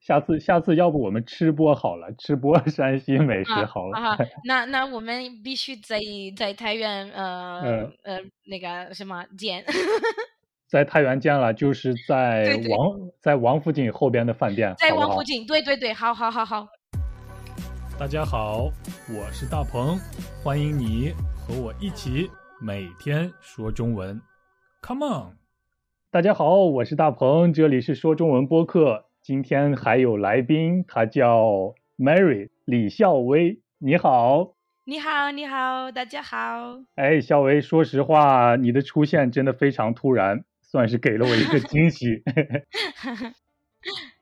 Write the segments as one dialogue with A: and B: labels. A: 下次下次要不我们吃播好了，吃播 山西美食好了。
B: 啊，那那我们必须在在太原呃、
A: 嗯
B: 呃那个什么 见，
A: 在太原见了，就是在
B: 对对
A: 王在王府井后边的饭店，
B: 在
A: 好不
B: 王
A: 好
B: 府井，对对对，好好好好，
A: 大家好，我是大鹏，欢迎你和我一起每天说中文，Come on！大家好，我是大鹏，这里是说中文播客。今天还有来宾，他叫 Mary 李笑薇，你好。
B: 你好你好，大家好，
A: 哎，笑薇，说实话，你的出现真的非常突然，算是给了我一个惊喜。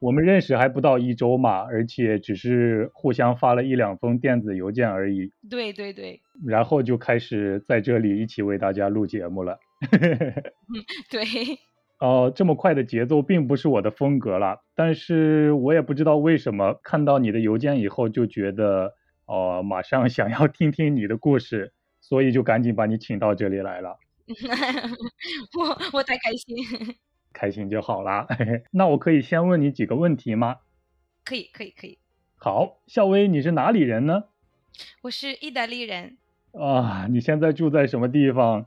A: 我们认识还不到一周嘛，而且只是互相发了一两封电子邮件而已。
B: 对对对
A: 然后就开始在这里一起为大家录节目了。
B: 对，
A: 哦，这么快的节奏并不是我的风格啦，但是我也不知道为什么看到你的邮件以后就觉得，哦、马上想要听听你的故事，所以就赶紧把你请到这里来了，
B: 我我太开心，
A: 开心就好啦。 那我可以先问你几个问题吗？
B: 可以可以可以，
A: 好，夏薇，你是哪里人呢？
B: 我是意大利人，
A: 啊，你现在住在什么地方？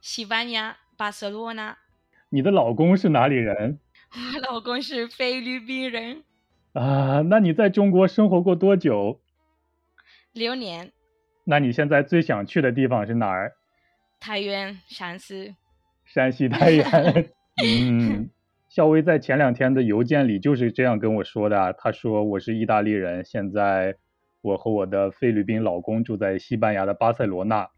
B: 西班牙巴塞罗那，
A: 你的老公是哪里人？
B: 我老公是菲律宾人，
A: 啊，那你在中国生活过多久？
B: 流年
A: 那你现在最想去的地方是哪儿？
B: 太原陕西，
A: 山西太原。嗯，肖薇在前两天的邮件里就是这样跟我说的啊，她说我是意大利人，现在我和我的菲律宾老公住在西班牙的巴塞罗那，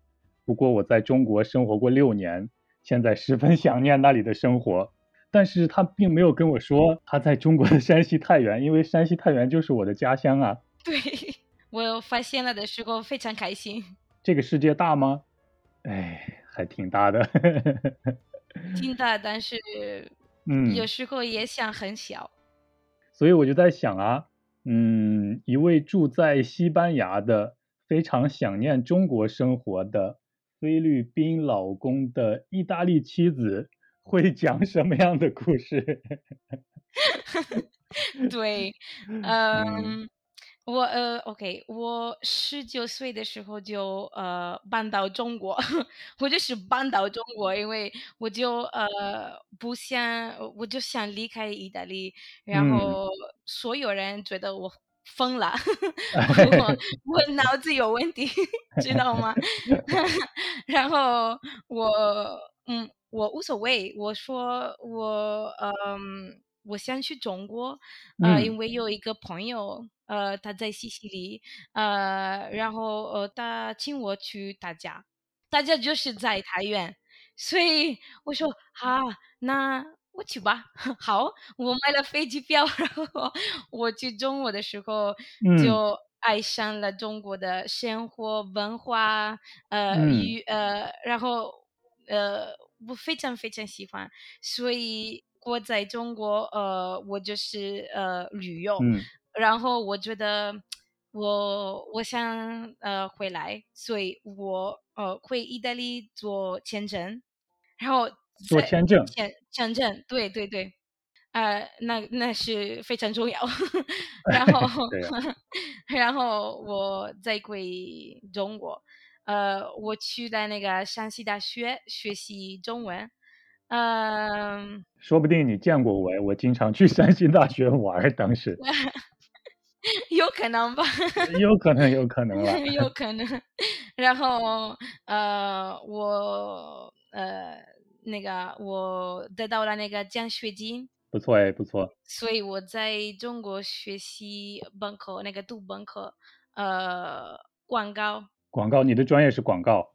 A: 不过我在中国生活过六年，现在十分想念那里的生活。但是她并没有跟我说她在中国的山西太原，因为山西太原就是我的家乡啊。
B: 对我发现了的时候非常开心，
A: 这个世界大吗？哎，还挺大的。
B: 听到但是
A: 嗯，
B: 有时候也想很小，
A: 所以我就在想啊，嗯，一位住在西班牙的、非常想念中国生活的菲律宾老公的意大利妻子，会讲什么样的故事？
B: 对，嗯，我呃，OK，我十九岁的时候就呃搬到中国， 我就是搬到中国，因为我就呃不想，我就想离开意大利，然
A: 嗯
B: 后所有人觉得我疯了， 我我脑子有问题， 知道吗？ 然后我嗯，我无所谓，我说我嗯。我想去中国，呃，
A: 嗯
B: 因为有一个朋友，呃，他在西西里，呃，然后呃，他请我去他家，大家就是在太原，所以我说啊，那我去吧， 好，我买了飞机票， 然后我去中国的时候
A: 嗯
B: 就爱上了中国的生活文化，呃，
A: 嗯
B: 与呃，然后呃，我非常非常喜欢，所以我在中国，呃，我就是呃旅游，
A: 嗯
B: 然后我觉得我我想呃回来，所以我呃回意大利做签证，然后
A: 做
B: 在
A: 签证
B: 签签证，对对对，呃，那那是非常重要。 然后
A: 对呀啊
B: 然后我再回中国，呃，我去了那个山西大学学习中文，嗯、
A: 说不定你见过我，我经常去山西大学玩儿，当时
B: 有可能吧。
A: 有可能，有可能了。
B: 有可能。然后呃，我呃那个我得到了那个奖学金，
A: 不错哎，不错。
B: 所以我在中国学习本科那个读本科，呃，广告。
A: 广告，你的专业是广告，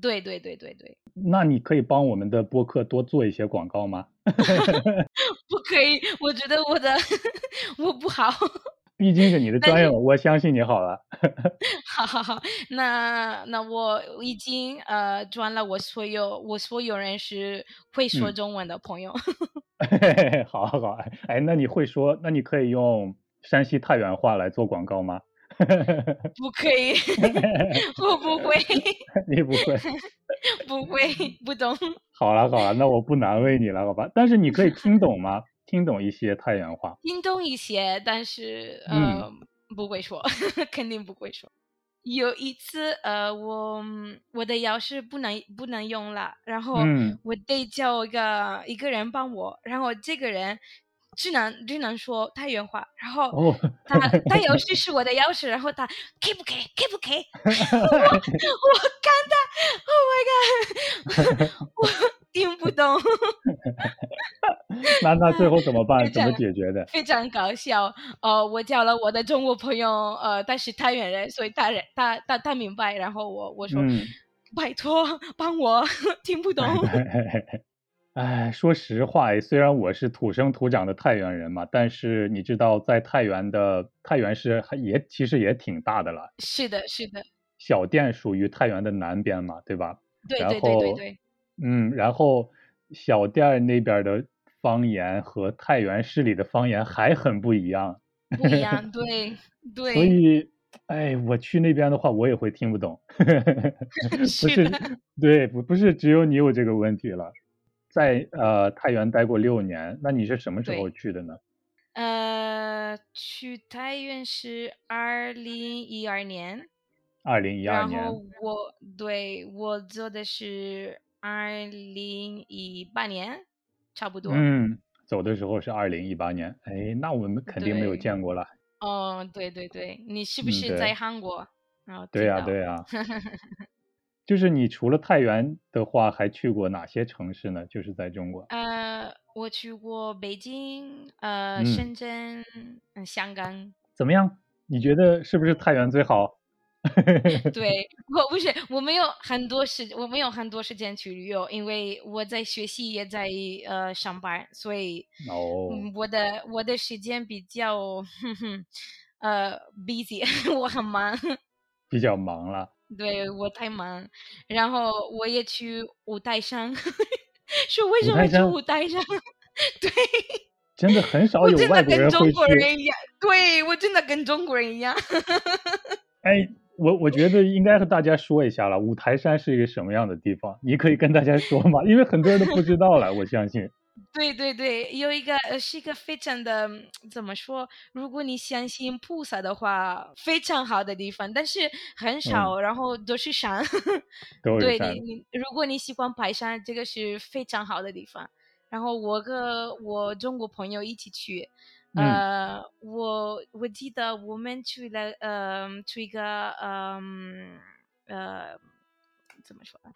B: 对对对对对，
A: 那你可以帮我们的播客多做一些广告吗？
B: 不可以，我觉得我的 我不好，
A: 毕竟是你的
B: 但
A: 专业
B: 是
A: 嘛，我相信你好了。
B: 好好好，那那我已经呃转了我所有我所有人是会说
A: 嗯
B: 中文的朋友，
A: 好好好，哎，那你会说，那你可以用山西太原话来做广告吗？
B: 不可以， 我不会。
A: 你不会。
B: 不会，不懂。
A: 好了好了，那我不难为你了，好吧？但是你可以听懂吗？听懂一些太原话。
B: 听懂一些，但是
A: 嗯
B: 呃、不会说， 肯定不会说。有一次，呃，我我的钥匙不能不能用了，然后
A: 嗯
B: 我得叫一个一个人帮我，然后这个人只能只能说太原话，然后
A: 哦，
B: 他他 钥匙是我的钥匙，然后他给不给给不给， 我看他，Oh my god，我听不懂，
A: 那那最后 怎么办？
B: 就这
A: 怎么
B: 样
A: 解决的？
B: 非常搞笑。呃，我叫了我的中国朋友，呃，他是太原人，所以他人他他他明白。然后我我说、
A: 嗯，
B: 拜托帮我，听 不懂。
A: 哎，说实话，虽然我是土生土长的太原人嘛，但是你知道，在太原的太原市还也其实也挺大的了。
B: 是的，是的，
A: 小店属于太原的南边嘛，对吧？
B: 对
A: 然
B: 对对对
A: 后
B: 对，
A: 嗯，然后小店儿那边儿的方言和太原市里的方言还很不一样，
B: 不一样，对 对。
A: 所以，哎，我去那边的话，我也会听不懂。 不
B: 是
A: 是
B: 的，
A: 对，不不是只有你有这个问题了。在呃太原待过六年，那你是什么时候
B: 对
A: 去的呢？
B: 呃，去太原是二零一二年，
A: 二零一二
B: 然
A: 年
B: 后。我对我做的是二零一八年，差不多。
A: 嗯，走的时候是二零一八年。哎，那我们肯定没有
B: 对
A: 见过了。
B: 哦，对对对，你是不
A: 嗯
B: 是
A: 对
B: 在韩国？哦然后
A: 对
B: 听
A: 呀、
B: 到
A: 对呀、 就是你除了太原的话，还去过哪些城市呢？就是在中国。
B: 呃，我去过北京、呃，
A: 嗯
B: 深圳、嗯，香港。
A: 怎么样？你觉得是不是太原最好？
B: 对， 我不是，我没有很多时，我没有很多时间去旅游，因为我在学习，也在呃上班，所以，
A: 哦，
B: 嗯，我的我的时间比较，哼哼，呃，busy，我 很忙。
A: 比较忙了。
B: 对我太忙，然后我也去五台山， 说为
A: 五
B: 什
A: 台
B: 么去
A: 山
B: 五台山？对，
A: 真的很少
B: 我
A: 有
B: 真
A: 外
B: 的
A: 国
B: 跟
A: 人
B: 中
A: 会
B: 国
A: 去。
B: 人一样，对我真的跟中国人一样。
A: 哎，我我觉得应该和大家说一下了，五台山是一个什么样的地方？你可以跟大家说吗？因为很多人都不知道了，我相信。
B: 对对对，有一个呃是一个非常的嗯怎么说？如果你相信菩萨的话，非常好的地方，但是
A: 嗯
B: 很少，然后都是山。
A: 都是
B: 对
A: 山
B: 你，你如果你喜欢爬山，这个是非常好的地方。然后我跟我中国朋友一起去，
A: 嗯
B: 呃，我我记得我们去了，呃，去一个，嗯、呃，怎么说呢？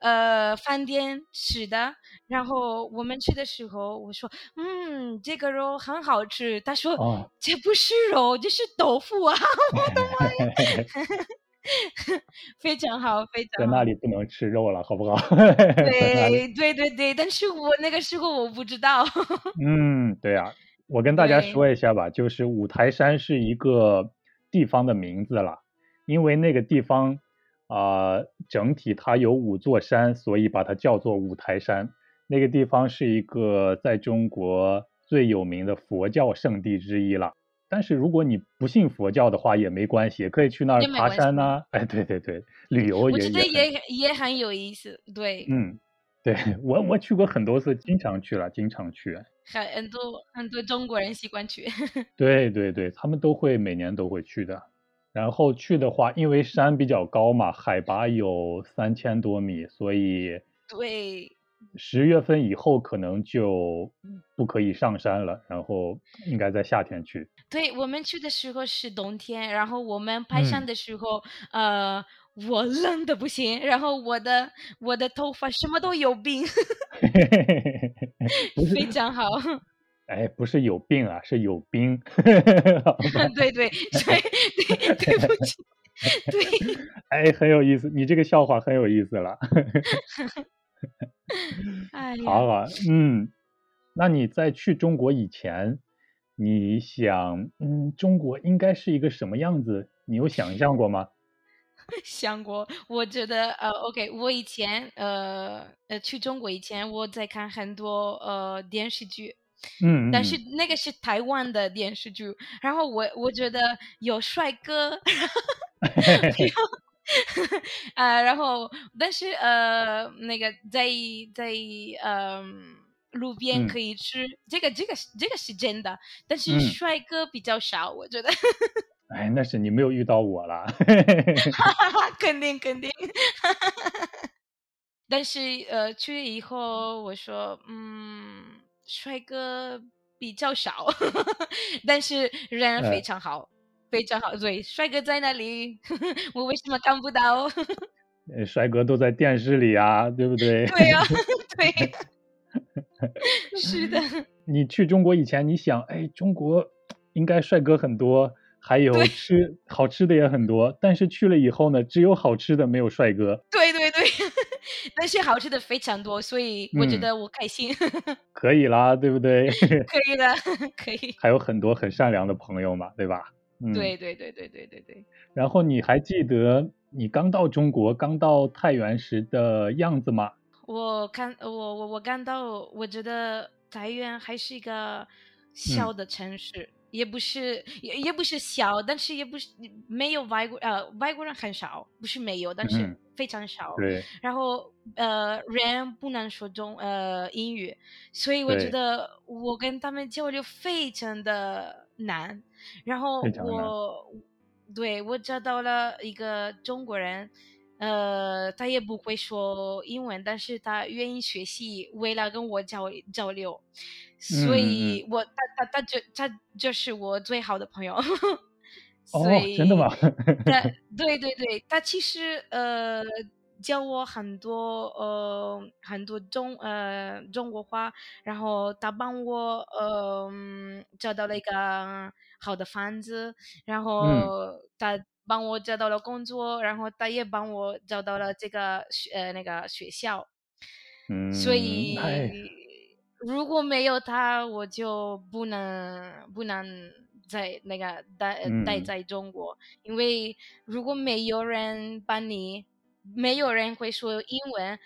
B: 呃，饭店吃的。然后我们吃的时候，我说，嗯，这个肉很好吃。他说，
A: 哦，
B: 这不是肉，这是豆腐啊！ 非常好，非
A: 在哦
B: 常好
A: 那。里不能吃肉了，好不好？ 在那里，
B: 对对对对，但是我那个时候我不知道。
A: 嗯，对呀、我跟大家
B: 对
A: 说一下吧，就是五台山是一个地方的名字了，因为那个地方啊、呃整体它有五座山，所以把它叫做五台山。那个地方是一个在中国最有名的佛教圣地之一了。但是如果你不信佛教的话也没关系，也可以去那儿
B: 也没
A: 爬
B: 关
A: 山
B: 系
A: 呐、哎，对对对，旅游
B: 我
A: 也
B: 觉得
A: 也很
B: 也很也很有意思，对，
A: 嗯，对， 我我去过很多次，经常去了，经常去。
B: 很很多很多中国人习惯去，
A: 对对对，他们都会每年都会去的。然后去的话，因为山比较高嘛，海拔有三千多米，所以
B: 对
A: 十月份以后可能就不可以上山了。然后应该在夏天去。
B: 对，我们去的时候是冬天，然后我们爬山
A: 嗯
B: 的时候，呃，我冷的不行，然后我的我的头发什么都有病，
A: 不是，
B: 非常好，
A: 哎，不是有病啊，是有冰。 好吧
B: 对对对 对对不 起，对
A: 哎，很有意思，你这个笑话很有意思了。
B: 哎呀，
A: 好啊，嗯，那你在去中国以前，你想，嗯，中国应该是一个什么样子？你有想象过吗？
B: 想过，我觉得呃，OK，我以前呃呃去中国以前，我在看很多呃电视剧，
A: 嗯，
B: 但
A: 嗯
B: 是那个是台湾的电视剧，然后我我觉得有帅哥， 呃，然后但是呃那个在在嗯、路边
A: 嗯
B: 可以吃，这个这个是这个是真的，但
A: 嗯
B: 是帅哥比较少，我觉得，
A: 哎，那是你没有遇到我啦。
B: 肯定肯定。但是呃，去以后我说，嗯，帅哥比较少， 但是仍然
A: 呃
B: 非常好，非常好。对，帅哥在那里， 我为什么看不到？
A: 呃帅哥都在电视里啊，对不对？
B: 对呀、对呀、 是的，
A: 你去中国以前，你想，哎，中国应该帅哥很多，还有
B: 对
A: 吃好吃的也很多，但是去了以后呢，只有好吃的，没有帅哥。
B: 对对对，但是好吃的非常多，所以我觉
A: 嗯
B: 得我开心，
A: 可以啦，对不对？
B: 可以的， 可以。
A: 还有很多很善良的朋友嘛，对吧？嗯，
B: 对。对对对对对对，
A: 然后你还记得你刚到中国、刚到太原时的样子吗？
B: 我看我我我看到，我觉得台原还是一个小的城市，也不是也也不是小，但是也不是没有外国呃外国人很少，不是没有，但
A: 嗯
B: 是非常少。
A: 对，
B: 然后呃，人不能说中呃英语，所以我觉
A: 对
B: 得我跟他们交流非常的难。然后
A: 非常难
B: 我对我找到了一个中国人，呃，他也不会说英文，但是他愿意学习，为了跟我交交流，所
A: 嗯嗯
B: 以我、他他他就他就是我最好的朋友。
A: 哦
B: 所以，
A: 真的吗？
B: 他对对对，他其实呃教我很多呃很多中呃中国话，然后他帮我呃嗯找到了一个好的房子，然后他帮我找到了工作，然后他也帮我找到了这个学呃那个学校，
A: 嗯，
B: 所以、
A: 哎，
B: 如果没有他，我就不能不能在那个待待
A: 嗯
B: 在中国，因为如果没有人帮你，没有人会说英文，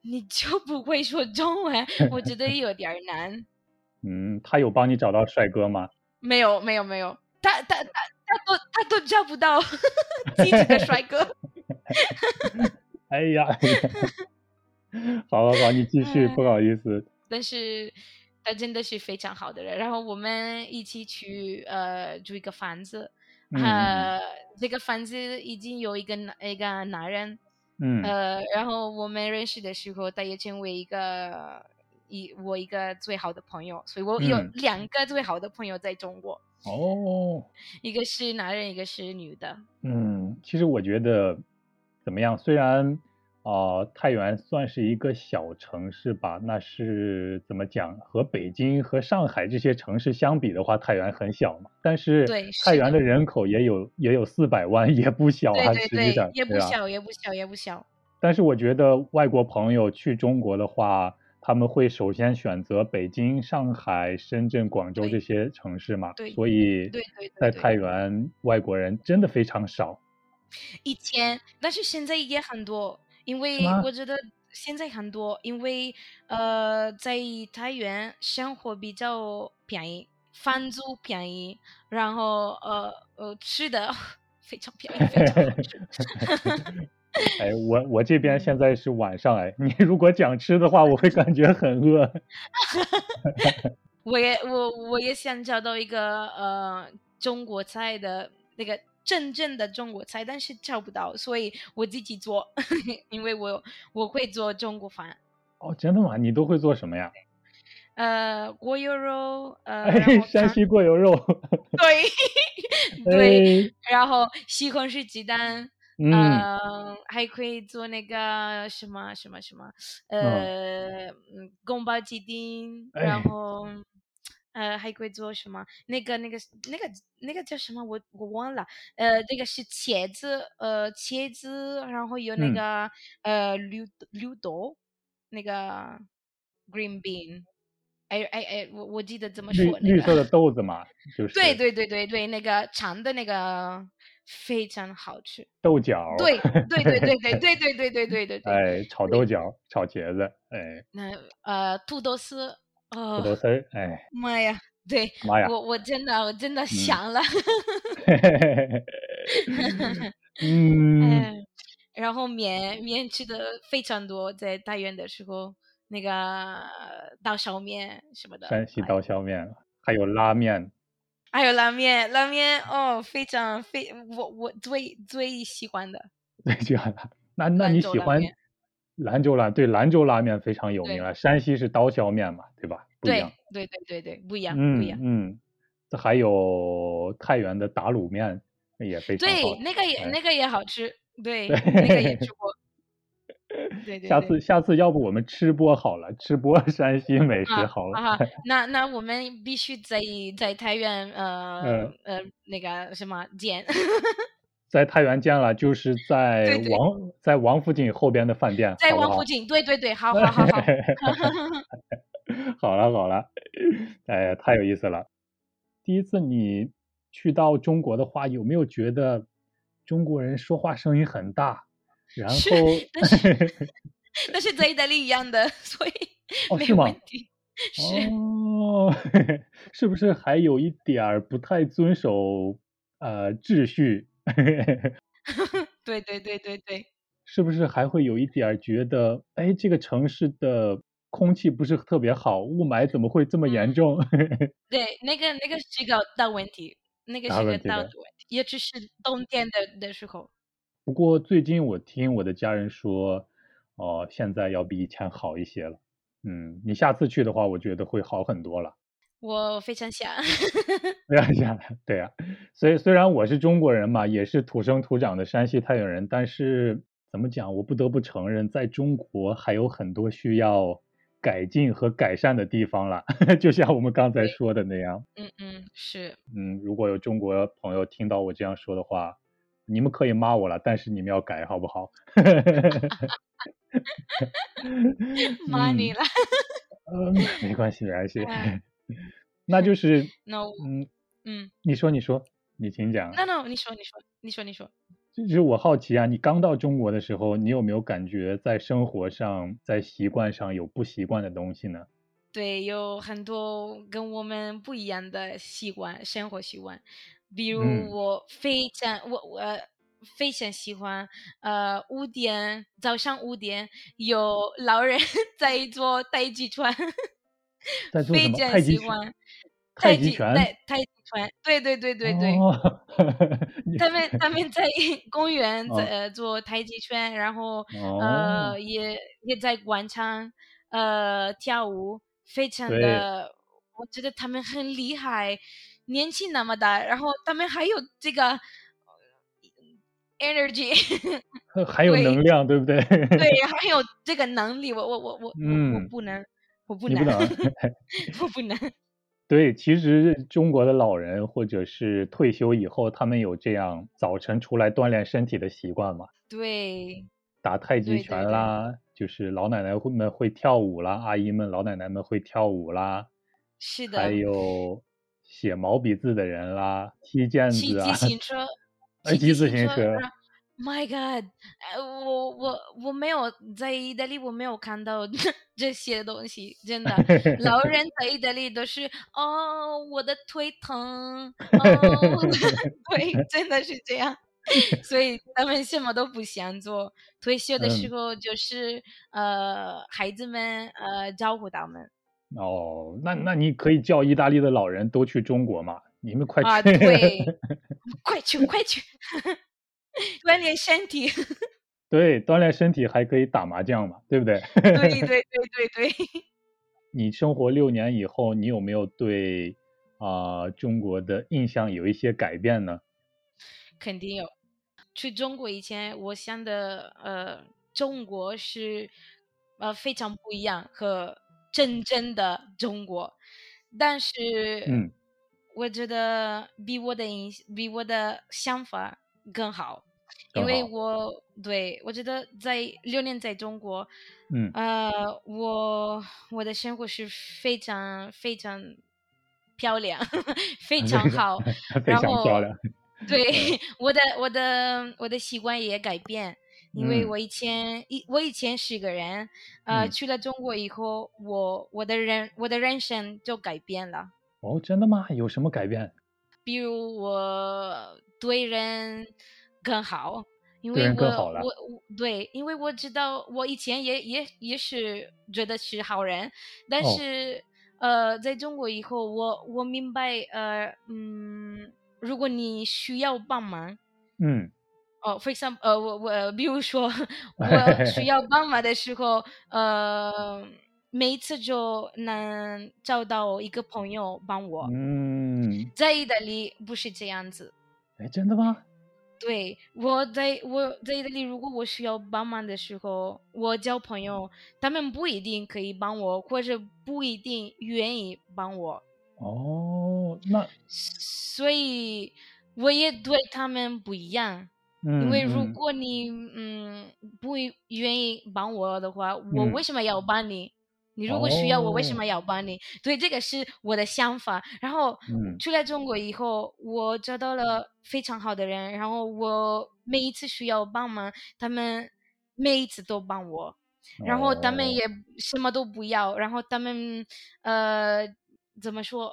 B: 你就不会说中文，我觉得有点儿难。
A: 嗯，他有帮你找到帅哥吗？
B: 没有没有没有，他他他他都他都找不到 自己的帅哥。
A: 哎呀， 哎呀好好啊好，你继续，
B: 嗯
A: 不好意思，
B: 但是他真的是非常好的人。然后我们一起去呃住一个房子，
A: 嗯
B: 呃，这个房子已经有一个男一个男人，
A: 嗯，
B: 呃，然后我们认识的时候，他也成为一个一我一个最好的朋友，所以我有
A: 嗯
B: 两个最好的朋友在中国，
A: 哦，
B: 一个是男人，一个是女的。
A: 嗯，其实我觉得怎么样？虽然啊、呃太原算是一个小城市吧，那是怎么讲？和北京和上海这些城市相比的话，太原很小嘛。但是
B: 对
A: 太
B: 是
A: 原的人口也有也有四百万，也不小
B: 对
A: 啊，
B: 对
A: 实际上
B: 对，也不
A: 对吧？
B: 小，也不小，也不小。
A: 但是我觉得外国朋友去中国的话，他们会首先选择北京、上海、深圳、广州
B: 对
A: 这些城市嘛，
B: 对
A: 所以
B: 对对对
A: 在
B: 对
A: 太原外国人真的非常少。
B: 以前，但是现在也很多，因为
A: 吗
B: 我觉得现在很多，因为呃，在太原生活比较便宜，房租便宜，然后呃呃吃的非常便宜，非常 好吃。
A: 哎，我我这边
B: 嗯
A: 现在是晚上哎，你如果讲吃的话，我会感觉很饿。
B: 我也我我也想找到一个呃中国菜的那个真正的中国菜，但是找不到，所以我自己做， 因为我我会做中国饭。
A: 哦，真的吗？你都会做什么呀？
B: 呃，锅油肉，呃，然
A: 哎，
B: 后
A: 山
B: 糖
A: 西过油肉。
B: 对对，
A: 哎，
B: 然后西红柿鸡蛋，
A: 嗯，
B: 呃，还可以做那个什么什么什么，呃，嗯，宫保鸡丁，
A: 哎
B: 然后。呃，还可以做什么？那个、那个、那个、那个叫什么？我我忘了。呃，这个是茄子，呃，茄子，然后有那
A: 嗯
B: 个、呃绿绿豆，那个 green bean。哎哎哎，我我记得怎么
A: 绿
B: 说那个。
A: 绿色的豆子嘛，就是
B: 对对对对对，那个长的那个非常好吃。
A: 豆角。
B: 对对对对 对对对对对对对对。
A: 哦哎，炒豆角，炒茄子，哎，
B: 那呃，土豆丝，
A: 土豆
B: 哦
A: 丝儿，哎，
B: 妈呀！对
A: 妈 呀！
B: 我我真的我真的想了，
A: 嗯，
B: 哎
A: 嗯
B: 嗯，然后面面吃的非常多，在大院的时候，那个刀削面什么的，
A: 山西刀削面，还有拉面，
B: 还有拉面，拉面哦，非常非我我最最喜欢的。
A: 对，这样的。那那你
B: 兰州
A: 喜
B: 拉
A: 欢
B: 面
A: 兰州拉？对，兰州拉面非常有
B: 对
A: 名啊。山西是刀削面嘛，对吧？不一
B: 对
A: 样。
B: 对对对对，不一样不一
A: 嗯
B: 样。
A: 嗯，这还有太原的打卤面也非常好
B: 对，
A: 吃。
B: 那个也
A: 哎
B: 那个也好吃，对，
A: 对
B: 那个也吃 过。对对
A: 下
B: 对
A: 次下次要不我们吃播好了，吃播 山西美食
B: 啊
A: 好了。
B: 啊，那那我们必须在在太原呃
A: 嗯
B: 呃那个什么见，
A: 在太原见了，就是在
B: 对对
A: 王在王府井后边的饭店，
B: 在
A: 好不
B: 王
A: 好
B: 府井，对对对，好好好好，
A: 好了好了，哎，太有意思了。第一次你去到中国的话，有没有觉得中国人说话声音很大？然后
B: 是但是在意大利一样的， 所以
A: 哦，
B: 没
A: 是吗
B: 问？题。是，
A: 哦， 是不是还有一点儿不太遵守呃秩序？
B: 对对对对对，
A: 是不是还会有一点儿觉得，哎，这个城市的空气不是特别好，雾霾怎么会这么
B: 嗯
A: 严重？
B: 对，那个那个是一个大问题，那个
A: 大
B: 是一
A: 问
B: 个
A: 题
B: 大
A: 的
B: 问题，也只是冬天的的时候。
A: 不过最近我听我的家人说，哦、现在要比以前好一些了。嗯，你下次去的话，我觉得会好很多了。
B: 我非常想，
A: 对呀，下来，对呀、所以虽然我是中国人嘛，也是土生土长的山西太原人，但是怎么讲，我不得不承认，在中国还有很多需要改进和改善的地方了。 就像我们刚才说的那样，
B: 嗯嗯，是，
A: 嗯，如果有中国朋友听到我这样说的话，你们可以骂我了，但是你们要改好不好？
B: 骂你
A: 嗯
B: 了。
A: 呃， 没关系，没关系
B: 哎。
A: 那就是，
B: 那我
A: 嗯，
B: 嗯
A: 你说，你说，你请讲。
B: ，no no，你说你说你说你说，
A: 就是我好奇啊，你刚到中国的时候，你有没有感觉在生活上、在习惯上有不习惯的东西呢？
B: 对，有很多跟我们不一样的习惯，生活习惯，比
A: 嗯
B: 如我非常我我非常喜欢，呃，五点早上五点有老人 在做太极 拳，
A: 在做什
B: 非
A: 么？
B: 常
A: 太极
B: 喜
A: 拳？
B: 欢
A: 太极
B: 极
A: 拳？
B: 太太极拳，对对对对对。
A: 哦、你
B: 他们他们在公园
A: 哦
B: 在、呃做太极拳，然后、
A: 哦
B: 呃也也在广场呃跳舞，非常
A: 对
B: 的，我觉得他们很厉害，年纪那么大，然后他们还有这个呃 energy，
A: 还有
B: 对
A: 能量，对不 对？
B: 对，还有这个能力，我我我我、我
A: 嗯
B: 不能，我不
A: 你
B: 能，
A: 不 能
B: 我不能，
A: 对，其实中国的老人或者是退休以后，他们有这样早晨出来锻炼身体的习惯嘛？
B: 对
A: 打太极
B: 对对
A: 拳
B: 对
A: 啦，就是老奶奶会们会跳舞啦，阿姨们、老奶奶们会跳舞啦，
B: 是的
A: 还，有写毛笔字的人啦，踢毽
B: 骑
A: 子啊，
B: 自，行车
A: 哎骑自行车
B: 然后 My God，呃，我我我没有在意大利，我没有看到 这些东西，真的。老人在意大利都是哦，我的腿疼，哦， 对，真的是这样。所以他们什么都不想做，退休的时
A: 嗯
B: 候就是、呃，孩子们呃照顾他们
A: 哦，那那你可以叫意大利的老人都去中国嘛？你们快去！
B: 啊，对，快去快去， 锻炼身体。
A: 对，锻炼身体还可以打麻将嘛，对不 对？
B: 对对对对对，
A: 你生活六年以后，你有没有对啊、中国的印象有一些改变呢？
B: 肯定有。去中国以前，我想的呃，中国是呃非常不一样和真正的中国，但是
A: 嗯，
B: 我觉得比我的影比我的想法更好，因
A: 更
B: 为
A: 好
B: 我对我觉得在六年在中国，
A: 嗯
B: 呃，我我的生活是非常非常漂亮， 非常好，
A: 非常
B: 然
A: 漂
B: 后
A: 亮。
B: 对我的我的我的习惯也改变，因为
A: 嗯
B: 我以前一我以前是个人，呃，
A: 嗯
B: 去了中国以后，我我的人我的人生就改变了。
A: 哦，真的吗？有什么改变？
B: 比如我对人更好，因
A: 对
B: 为
A: 人
B: 我
A: 更好了
B: 我我对，因为我知道我以前也也也是觉得是好人，但
A: 哦
B: 是、呃，在中国以后，我我明白呃嗯，如果你需要帮忙。
A: 嗯，
B: 哦，for example，呃，我我比如说我需要帮忙的时候，呃，每一次就能找到一个朋友帮我。
A: 嗯，
B: 在意大利不是这样子，
A: 哎，真的吗？
B: 对，我在我在意大利，如果我需要帮忙的时候，我交朋友，他们不一定可以帮我，或者不一定愿意帮我，
A: 哦，那
B: 所以我也对他们不一样。
A: 嗯，
B: 因为如
A: 嗯
B: 果你嗯不愿意帮我的话，我
A: 嗯
B: 为什么要帮你？你如果需要我，为什
A: 哦
B: 么要帮你？对，这个是我的想法。然后
A: 嗯
B: 出来中国以后，我找到了非常好的人，然后我每一次需要帮忙，他们每一次都帮我。然后他们
A: 哦
B: 也什么都不要，然后他们呃怎么说？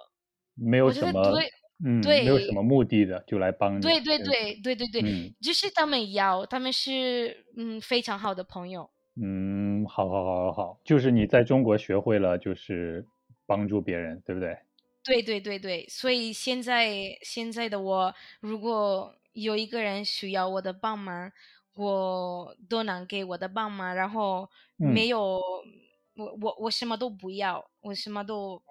A: 没有
B: 我觉
A: 什
B: 得
A: 么，
B: 对
A: 嗯，没有什
B: 对
A: 么目的的就来帮你，
B: 对对
A: 对
B: 对对对对，
A: 嗯
B: 就是他们要，他们是嗯非常好的朋友。
A: 嗯，好好好好好，就是你在中国学会了就是帮助别人，对不对？
B: 对对对对，所以现在现在的我，如果有一个人需要我的帮忙，我都能给我的帮忙，然后没
A: 嗯，
B: 有我我我什么都不要，我什么都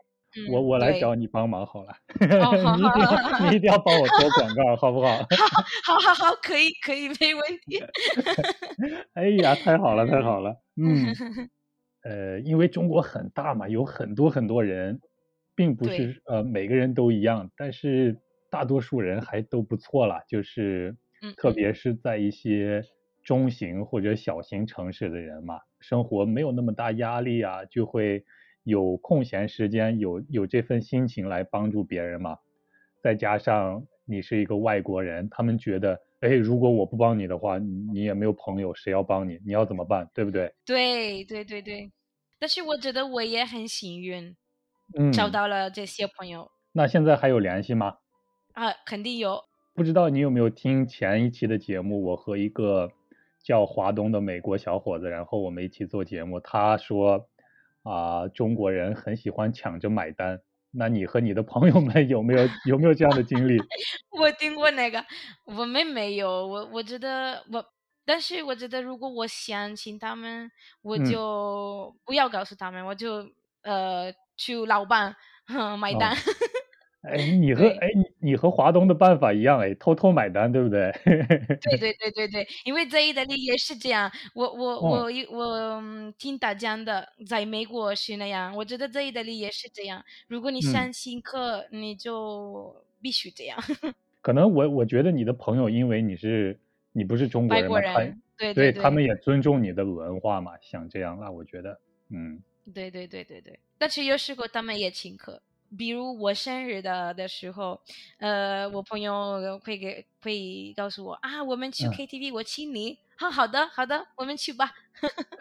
A: 我
B: 嗯
A: 我来
B: 对
A: 找你帮忙好了，
B: 哦，好好
A: 你一
B: 好
A: 定要
B: 好
A: 你一定要帮我做广告，好不好？
B: 好好好，可以可以，没问题。
A: 哎呀，太好了，太好了， 嗯。呃，因为中国很大嘛，有很多很多人，并不
B: 对
A: 是呃每个人都一样，但是大多数人还都不错啦，就是
B: 嗯
A: 特
B: 嗯
A: 别是在一些中型或者小型城市的人嘛，生活没有那么大压力啊，就会有空闲时间，有有这份心情来帮助别人嘛。再加上你是一个外国人，他们觉得，哎，如果我不帮你的话，你你也没有朋友，谁要帮你？你要怎么办？对不对？
B: 对对对对，但是我觉得我也很幸运，找
A: 嗯。
B: 到了这些朋友
A: 那现在还有联系吗？
B: 啊，肯定有
A: 不知道你有没有听前一期的节目，我和一个叫华东的美国小伙子，然后我们一起做节目，他说啊、中国人很喜欢抢着买单。那你和你的朋友们有没有有没有这样的经历？
B: 我听过那个，我们没有，我我觉得我，但是我觉得如果我相信他们，我
A: 嗯，
B: 就不要告诉他们，我就呃去老板 买单，
A: 哦，哎，你和
B: 对。
A: 哎你你和华东的办法一样，哎，偷偷买单，对不对？
B: 对对对对对，因为在意大利也是这样。我我
A: 哦，
B: 我一我嗯听他讲的，在美国是那样，我觉得在意大利也是这样。如果你
A: 嗯，
B: 相信课，你就必须这样。
A: 可能我我觉得你的朋友，因为你是你不是中国
B: 外
A: 人
B: 国
A: 嘛，他
B: 人，对
A: 所
B: 对
A: 以他们
B: 对
A: 也尊重你的文化嘛，想这样，那我觉得，嗯
B: 对对对对对，但是有时候他们也请客。比如我生日的的时候，呃，我朋友会给会告诉我啊，我们去
A: 嗯，
B: KTV，我请你。好好的好的，我们去吧。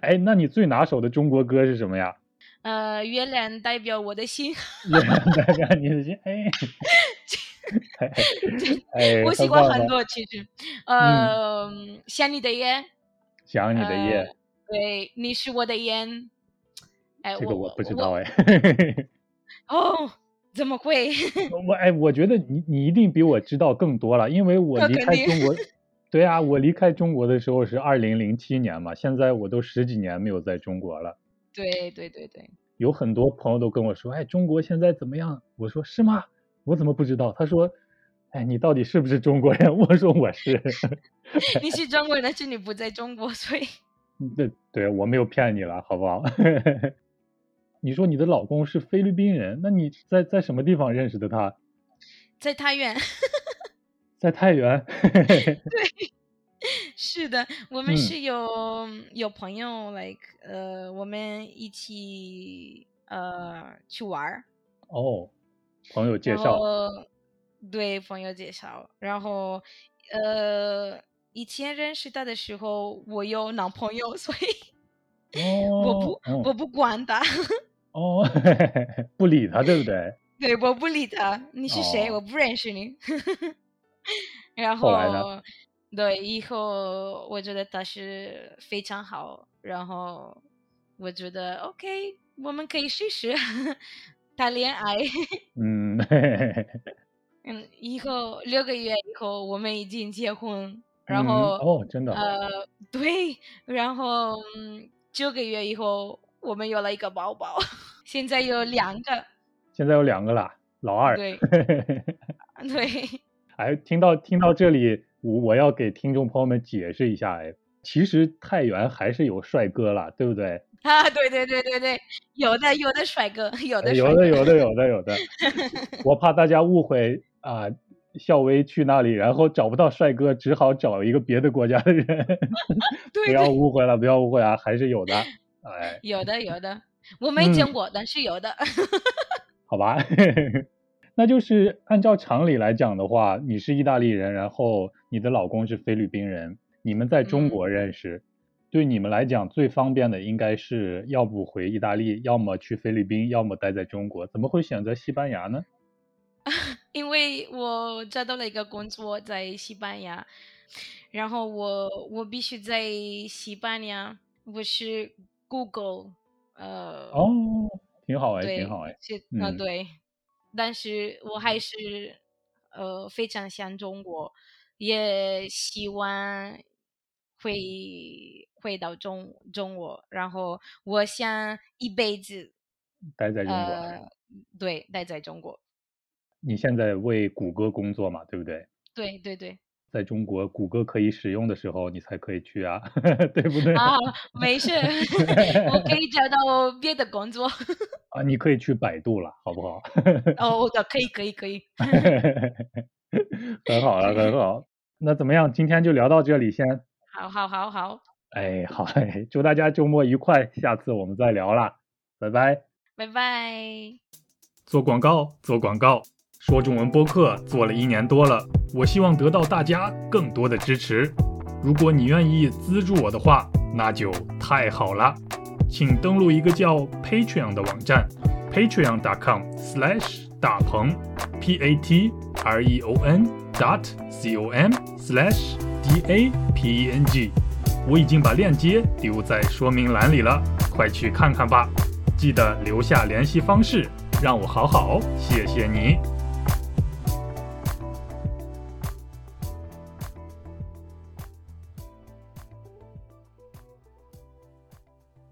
A: 哎，那你最拿手的中国歌是什么 呀？
B: 呃，月亮代表我的心。
A: 也代表你的心，哎哎哎，
B: 我喜
A: 很
B: 欢
A: 棒
B: 很
A: 的，
B: 多，其实，
A: 嗯，
B: 呃，想你的眼，
A: 想你的
B: 呃，
A: 夜，
B: 对，你是我的眼，哎，
A: 这
B: 我
A: 个我
B: 我
A: 不知道
B: 我，
A: 哎，
B: 哦，怎么会？
A: 我哎，我觉得你你一定比我知道更多了，因为我
B: 那
A: 离
B: 肯
A: 开
B: 定，
A: 中国，对啊，我离开中国的时候是二零零七年嘛，现在我都十几年没有在中国了。
B: 对对对对，
A: 有很多朋友都跟我说，哎，中国现在怎么样？我说是吗？我怎么不知道？他说，哎，你到底是不是中国人？我说我是。
B: 你是中国人，但是你不在中国，所以，
A: 对对，我没有骗你了，好不好？ 你说你的老公是菲律宾人，那你在在什么地方认识的他？
B: 在太远，
A: 在太原。
B: 是的，我们
A: 嗯
B: 是有有朋友，like，呃，我们一起呃去玩儿，
A: 哦，朋友介
B: 然
A: 绍。
B: 后对朋友介绍，然后呃，以前认识他的时候，我有男朋友，所以 我
A: 哦，
B: 不
A: 嗯，
B: 我不管他，
A: 哦， 不理他，对不对？
B: 对，我不理他，你是谁？我
A: 哦，
B: 不认识你。然
A: 后来呢？
B: 后对，以后我觉得他是非常好，然后我觉得 OK，我们可以试试谈恋爱。
A: 嗯，嘿嘿嘿嘿
B: 嗯，以后六个月以后我们已经结婚，
A: 嗯
B: 然后、
A: 哦，真的，
B: 呃，对，然后嗯九个月以后我们有了一个宝宝， 现在有两个，
A: 现在有两个啦，老二。
B: 对 对。
A: 哎，听到听到这里，我我要给听众朋友们解释一下，哎，其实太原还是有帅哥啦，对不对？
B: 啊，对对对对对，有的有的帅哥，有
A: 哎
B: 的帅
A: 有
B: 哥，
A: 的有的有的有的，我怕大家误会啊、校威去那里，然后找不到帅哥，只好找一个别的国家的人，
B: 对
A: 不要
B: 对，
A: 误会了，不要误会啊，还是有的。哎，
B: 有的有的，我没见
A: 嗯
B: 过，但是有的。
A: 好吧， 那就是按照常理来讲的话，你是意大利人，然后你的老公是菲律宾人，你们在中
B: 嗯
A: 国认识，对你们来讲最方便的应该是要不回意大利，要么去菲律宾，要么待在中国，怎么会选择西班牙呢？
B: 因为我找到了一个工作在西班牙，然后我我必须在西班牙，我是 Google，呃，
A: 哦，挺好哎，
B: 对，
A: 挺好哎，
B: 是啊、
A: 嗯
B: 对，但是我还是呃非常想中国，也希望会回到中中国，然后我想一辈子
A: 待在中国。
B: 呃对待在中国，
A: 你现在为谷歌工作嘛，对不对？
B: 对 对对
A: 在中国，谷歌可以使用的时候，你才可以去啊， 对不对？
B: 啊，没事， 我可以找到别的 工作
A: 啊，你可以去百度了，好不 好？
B: 哦，的可以可以可以，
A: 很好了，很好。那怎么样？今天就聊到这里先。
B: 好好好好，
A: 哎， 好，哎，祝大家周末愉快，下次我们再聊啦，拜拜。
B: 拜拜。
A: 做广告，做广告，说中文播客做了一年多了，我希望得到大家更多的支持。如果你愿意资助我的话，那就太好了。请登录一个叫 Patreon 的网站，patreon.com/slash 大鹏 p a t r e o n dot c o m slash d a p e n g。我已经把链接丢在说明栏里了，快去看看吧。记得留下联系方式，让我好好谢谢你。